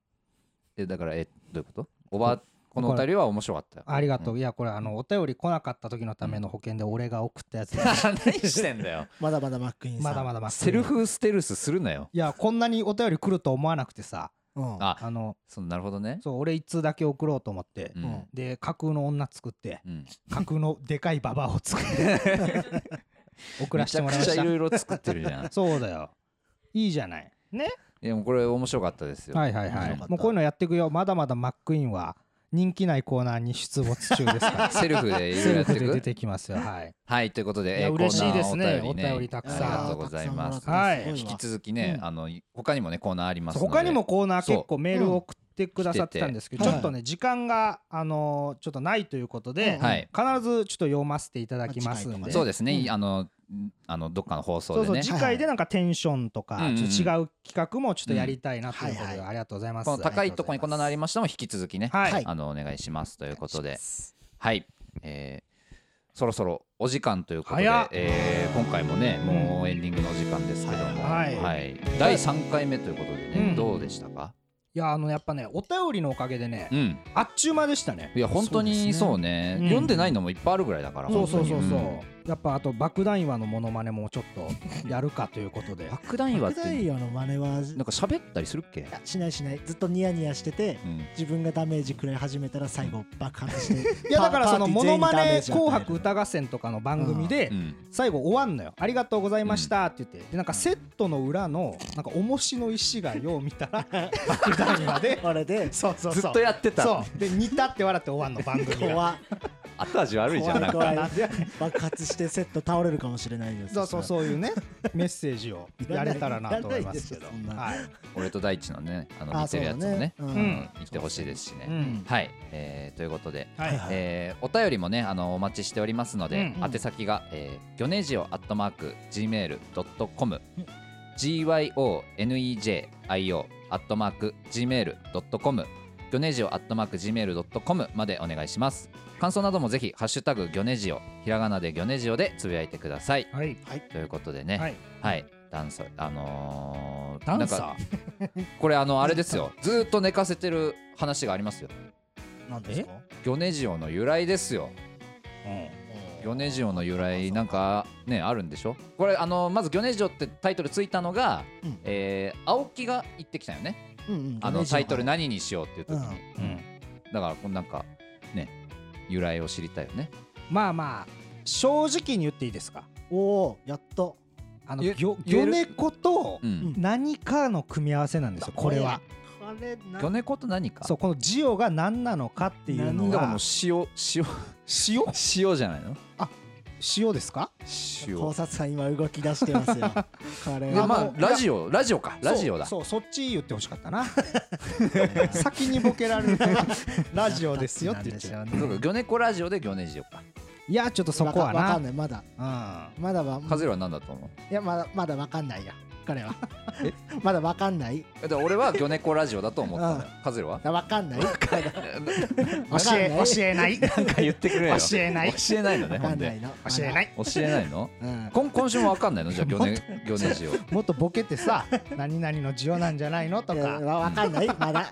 [SPEAKER 1] えだからえどういうことおばあこのお便りは面白かったよ
[SPEAKER 2] ありがとう、
[SPEAKER 1] ん
[SPEAKER 2] いやこれあのお便り来なかった時のための保険で俺が送ったやつです
[SPEAKER 1] 何してんだよ
[SPEAKER 3] まだまだマックインさ
[SPEAKER 2] ま
[SPEAKER 3] ん
[SPEAKER 2] だまだまだ
[SPEAKER 1] セルフステルスするなよ
[SPEAKER 2] いやこんなにお便り来ると思わなくてさ
[SPEAKER 3] うん
[SPEAKER 1] あ
[SPEAKER 2] あの
[SPEAKER 1] そうなるほどね
[SPEAKER 2] そう俺一通だけ送ろうと思って、
[SPEAKER 1] うん
[SPEAKER 3] うん
[SPEAKER 2] で架空の女作って
[SPEAKER 1] うん
[SPEAKER 2] 架空のでかいババアを作って 送らせてもらいまし
[SPEAKER 1] めち
[SPEAKER 2] た
[SPEAKER 1] ゃくちゃいろいろ作って るじゃんい
[SPEAKER 2] そうだよいいじゃないね
[SPEAKER 1] やもうこれ面白かったですよ、
[SPEAKER 2] はいはいは
[SPEAKER 1] 面白
[SPEAKER 2] い
[SPEAKER 1] かった
[SPEAKER 2] もうこういうのやっていくよまだまだマックイーンは人気ないコーナーに出没中です から
[SPEAKER 1] セルフでいろい
[SPEAKER 2] セ
[SPEAKER 1] ろ
[SPEAKER 2] ル
[SPEAKER 1] やって
[SPEAKER 2] フ
[SPEAKER 1] い
[SPEAKER 2] で出
[SPEAKER 1] く
[SPEAKER 2] てきますよはい
[SPEAKER 1] はいということ
[SPEAKER 2] い
[SPEAKER 1] で
[SPEAKER 2] や
[SPEAKER 1] えーコーナー
[SPEAKER 2] 嬉しいですね
[SPEAKER 1] お便りね
[SPEAKER 2] お便りたく
[SPEAKER 1] あ
[SPEAKER 2] さん
[SPEAKER 1] りがとうございます
[SPEAKER 2] あはい
[SPEAKER 1] 引き続きね、
[SPEAKER 2] うん
[SPEAKER 1] あの他にもねコーナーあります
[SPEAKER 2] そ
[SPEAKER 1] の
[SPEAKER 2] う
[SPEAKER 1] で
[SPEAKER 2] 他にもコーナー結
[SPEAKER 1] そ
[SPEAKER 2] 構メールを送ってくださってたんですけど
[SPEAKER 3] うん
[SPEAKER 2] ちょっとね時間があのーちょっとないということで
[SPEAKER 1] は
[SPEAKER 3] う
[SPEAKER 1] い
[SPEAKER 2] 必ずちょっと読ませていただきますん
[SPEAKER 3] まあ次回とかね
[SPEAKER 2] で
[SPEAKER 1] そうですね、
[SPEAKER 3] うん
[SPEAKER 1] あのんあのどっかの放
[SPEAKER 2] そ
[SPEAKER 1] 送
[SPEAKER 2] う
[SPEAKER 1] で
[SPEAKER 2] そう
[SPEAKER 1] ね
[SPEAKER 2] 次回でなんかテンションとか
[SPEAKER 1] うんうん
[SPEAKER 2] ちょっと違う企画もちょっとやりたいなということ
[SPEAKER 3] うんはい
[SPEAKER 2] で
[SPEAKER 3] はい
[SPEAKER 2] ありがとうございます
[SPEAKER 1] この高いところにこんなのあ
[SPEAKER 2] り
[SPEAKER 1] りましたも引き続きね、
[SPEAKER 2] はい
[SPEAKER 3] はい
[SPEAKER 1] あのお願いしますということではい、えーそろそろお時間ということで
[SPEAKER 2] 早っ、
[SPEAKER 1] えー今回もねもうエンディングのお時間ですけども、
[SPEAKER 2] はい
[SPEAKER 1] 第3回目ということでね、
[SPEAKER 2] うん
[SPEAKER 1] どうでしたか、
[SPEAKER 2] いやあのやっぱねお便りのおかげでね
[SPEAKER 1] うん、
[SPEAKER 2] あっちゅう間でしたね
[SPEAKER 1] いや本当にそうね
[SPEAKER 2] うん
[SPEAKER 1] 読んでないのもいっぱいあるぐらいだから、
[SPEAKER 2] そうそう
[SPEAKER 1] 本
[SPEAKER 2] そ
[SPEAKER 1] 当
[SPEAKER 2] う
[SPEAKER 1] に
[SPEAKER 2] そうんやっぱあと爆弾岩のモノマネもちょっとやるかということで
[SPEAKER 1] 爆弾岩っ
[SPEAKER 3] 爆
[SPEAKER 1] て
[SPEAKER 3] 弾用の真似は
[SPEAKER 1] なんか喋ったりするっけ、
[SPEAKER 3] いやしないしないずっとニヤニヤしてて
[SPEAKER 1] うん、
[SPEAKER 3] 自分がダメージ食らい始めたら最後爆発して
[SPEAKER 2] いやだからその
[SPEAKER 3] パー
[SPEAKER 2] モノマ
[SPEAKER 3] パーティー全員にダメ
[SPEAKER 2] ネ
[SPEAKER 3] ージ与える
[SPEAKER 2] 紅白歌合戦とかの番組で
[SPEAKER 1] うん
[SPEAKER 2] 最後終わんのよ「ありがとうございました」って言ってでなんかセットの裏のなんか重しの石がよう見たら爆弾岩で
[SPEAKER 3] あれで
[SPEAKER 2] そうそう
[SPEAKER 1] ず
[SPEAKER 2] そ
[SPEAKER 1] っと
[SPEAKER 2] う
[SPEAKER 1] やってた
[SPEAKER 2] そうで似たって笑って終わんの番組が
[SPEAKER 3] 怖っ
[SPEAKER 1] 後味悪いじゃんなん
[SPEAKER 3] 怖い
[SPEAKER 1] か
[SPEAKER 3] 怖
[SPEAKER 2] なんで
[SPEAKER 3] 爆発してセット倒れるかもしれないです
[SPEAKER 2] そうそうそういうねメッセージをやれたらなと思いますけ
[SPEAKER 3] い
[SPEAKER 2] ど
[SPEAKER 3] らないですよそんな
[SPEAKER 2] はい
[SPEAKER 1] 俺と大地のねあの似てるやつもね
[SPEAKER 3] あそうだね
[SPEAKER 1] う
[SPEAKER 2] うんん、
[SPEAKER 1] 言ってほしいですしね、
[SPEAKER 2] うん
[SPEAKER 1] はい、えーということで
[SPEAKER 2] はい
[SPEAKER 3] はい
[SPEAKER 1] えーお便りもねあのお待ちしておりますので、
[SPEAKER 2] うん
[SPEAKER 3] うん
[SPEAKER 1] 宛先が、えー、ギョネジオアットマーク gmail.com gyonejio アットマーク gmail.com ギョネジオアットマーク gmail.com までお願いします感想などもぜひハッシュタグギョネジオひらがなでギョネジオでつぶやいてください
[SPEAKER 2] はい
[SPEAKER 1] ということでねは、
[SPEAKER 2] はいい
[SPEAKER 1] ダンサーあのー
[SPEAKER 2] ダン
[SPEAKER 1] なんか
[SPEAKER 2] サ
[SPEAKER 1] これあのあれですよずーっと寝かせてる話がありますよ
[SPEAKER 3] なんですか
[SPEAKER 1] ギョネジオの由来ですよ
[SPEAKER 2] ー
[SPEAKER 1] ギョネジオの由来なんかねあるんでしょこれあのまず「ギョネジオ」ってタイトルついたのが、
[SPEAKER 3] うん
[SPEAKER 1] えー青木が言ってきたよね
[SPEAKER 3] うんうん
[SPEAKER 1] あのタイトル
[SPEAKER 3] な
[SPEAKER 1] 何にしようっていう時に、
[SPEAKER 2] うんうん
[SPEAKER 1] だからこうなんかね由来を知りたいよね
[SPEAKER 2] まあまあ正直に言っていいですか
[SPEAKER 3] おおやっと
[SPEAKER 2] あの
[SPEAKER 1] ゆ
[SPEAKER 2] 魚
[SPEAKER 1] 言え
[SPEAKER 2] 魚
[SPEAKER 1] る
[SPEAKER 2] 猫と
[SPEAKER 1] うん、
[SPEAKER 3] うん
[SPEAKER 2] 何かの組み合わせなんですよこれは
[SPEAKER 3] これな
[SPEAKER 1] 魚猫と何か
[SPEAKER 2] そうこのジオが何なのかっていうの
[SPEAKER 1] だからも
[SPEAKER 2] が
[SPEAKER 1] う塩塩
[SPEAKER 2] 塩
[SPEAKER 1] 塩じゃないの
[SPEAKER 2] 塩ですか
[SPEAKER 1] 塩
[SPEAKER 3] 考察さん今動き出してますよこれ
[SPEAKER 1] で
[SPEAKER 3] は
[SPEAKER 1] ま あ
[SPEAKER 2] の
[SPEAKER 1] ラジオラジオかラジオだ
[SPEAKER 2] そうそうそっち言ってほしかったな 先にボケられるからラジオですよって言って
[SPEAKER 3] なんでしょうね
[SPEAKER 1] そうか魚猫ラジオで魚ネジオか
[SPEAKER 2] いやちょっとそこ
[SPEAKER 3] わかわか
[SPEAKER 2] は
[SPEAKER 3] んないまだ
[SPEAKER 2] な
[SPEAKER 3] まだは
[SPEAKER 1] カズレは何だと思う
[SPEAKER 3] いやまだまだわかんないや彼は まだわかんない
[SPEAKER 1] えだから俺は魚猫ラジオだと思ったんだよカズレ は
[SPEAKER 3] わかんないわかんない
[SPEAKER 2] うん教え教えない
[SPEAKER 1] なんか言ってくれよ
[SPEAKER 2] 教えない
[SPEAKER 1] 教えないのね
[SPEAKER 3] わ
[SPEAKER 1] ほ
[SPEAKER 3] か
[SPEAKER 1] ん
[SPEAKER 3] んな
[SPEAKER 1] で
[SPEAKER 3] いの
[SPEAKER 2] 教えないい
[SPEAKER 1] 教えない の
[SPEAKER 3] うん
[SPEAKER 1] 今今週も分かんないのじゃあ魚ネ魚ネ ジを
[SPEAKER 2] もっとボケてさ 何々のジオなんじゃないのと
[SPEAKER 3] いや
[SPEAKER 2] か
[SPEAKER 3] わわかんないまだわ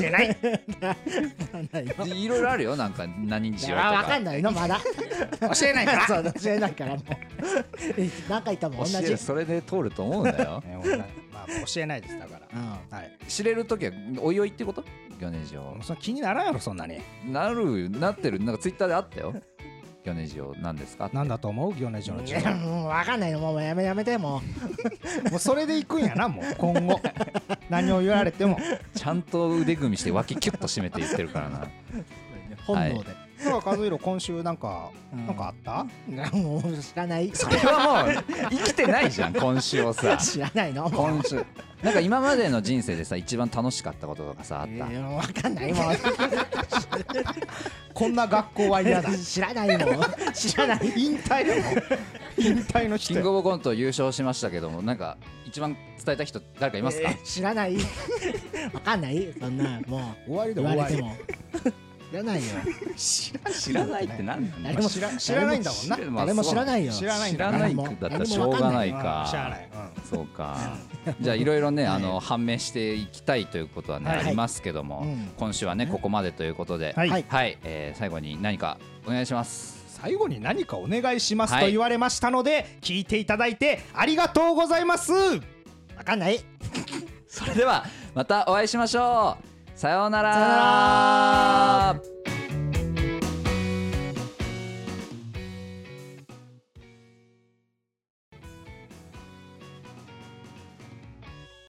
[SPEAKER 2] 教えない
[SPEAKER 3] かんないの
[SPEAKER 1] でいろいろあるよなんか何にしようと
[SPEAKER 3] あわか
[SPEAKER 1] か
[SPEAKER 3] んないのまだ
[SPEAKER 2] 教えないか
[SPEAKER 3] そ
[SPEAKER 2] ら
[SPEAKER 3] う 教えないからもう何回言ったも同
[SPEAKER 1] 教え
[SPEAKER 3] じ
[SPEAKER 1] るそれで通る と思うんだよ
[SPEAKER 2] ねお前まあ教えないですだから
[SPEAKER 3] うん
[SPEAKER 2] はい
[SPEAKER 1] 知れる時はおいおいってこと魚ネジオ
[SPEAKER 2] そんな気にならんやろそんなに
[SPEAKER 1] なるなってるなんかツイッターであったよ魚ネジオなんですかって
[SPEAKER 2] なんだと思うギョネジョの
[SPEAKER 3] い
[SPEAKER 2] 治
[SPEAKER 3] や
[SPEAKER 2] 療
[SPEAKER 3] もう分かんないのもうやめやめても
[SPEAKER 2] もうそれで行くんやなもう今後何を言われても
[SPEAKER 1] ちゃんと腕組みして脇キュッと締めて言ってるからな
[SPEAKER 3] う本能で、
[SPEAKER 2] 今日和弘今週なんかなんかあっ
[SPEAKER 3] もう知らない
[SPEAKER 1] それはもう生きてないじゃん今週を さ
[SPEAKER 3] 知らないの
[SPEAKER 1] 今週なんか今までの人生でさ一番楽しかったこととかさあった、
[SPEAKER 3] 分かんないも
[SPEAKER 2] たこんな学校は嫌だ
[SPEAKER 3] う知らないもん知らない
[SPEAKER 2] 引退だもん引退の
[SPEAKER 1] キ
[SPEAKER 2] 人
[SPEAKER 1] ング
[SPEAKER 2] や
[SPEAKER 1] オブコント優勝しましたけどもなんか一番伝えた人誰かいますか、
[SPEAKER 3] えー知らない分かんないそんなもう
[SPEAKER 2] 終わりだ
[SPEAKER 3] 言
[SPEAKER 2] 終
[SPEAKER 3] わ
[SPEAKER 2] わ
[SPEAKER 3] れ
[SPEAKER 2] り
[SPEAKER 3] ても知らないよ
[SPEAKER 1] 知ら知らないって何なんだ
[SPEAKER 3] 誰
[SPEAKER 2] まあ
[SPEAKER 3] も
[SPEAKER 2] 知ら知らないんだもんな
[SPEAKER 1] 知ら
[SPEAKER 3] 誰も知らないよ
[SPEAKER 2] 知らないん
[SPEAKER 1] 知
[SPEAKER 2] だ
[SPEAKER 1] ら
[SPEAKER 2] から
[SPEAKER 1] ない
[SPEAKER 3] 誰
[SPEAKER 1] んだ
[SPEAKER 3] も
[SPEAKER 1] ったらしょうがないか
[SPEAKER 2] うん知らないうん
[SPEAKER 1] そうかじゃあいろいろ ね、
[SPEAKER 3] はい
[SPEAKER 1] あの判明していきたいということはね、
[SPEAKER 2] はい
[SPEAKER 1] ありますけども、
[SPEAKER 3] うん
[SPEAKER 1] 今週はねここまでということでは
[SPEAKER 2] はい
[SPEAKER 1] い、えー最後に何かお願いします
[SPEAKER 2] 最後に何かお願いします
[SPEAKER 1] はい
[SPEAKER 2] と言われましたので、聞いていただいてありがとうございます
[SPEAKER 3] 分かんない
[SPEAKER 1] それではまたお会いしましょうさようなら
[SPEAKER 3] さようなら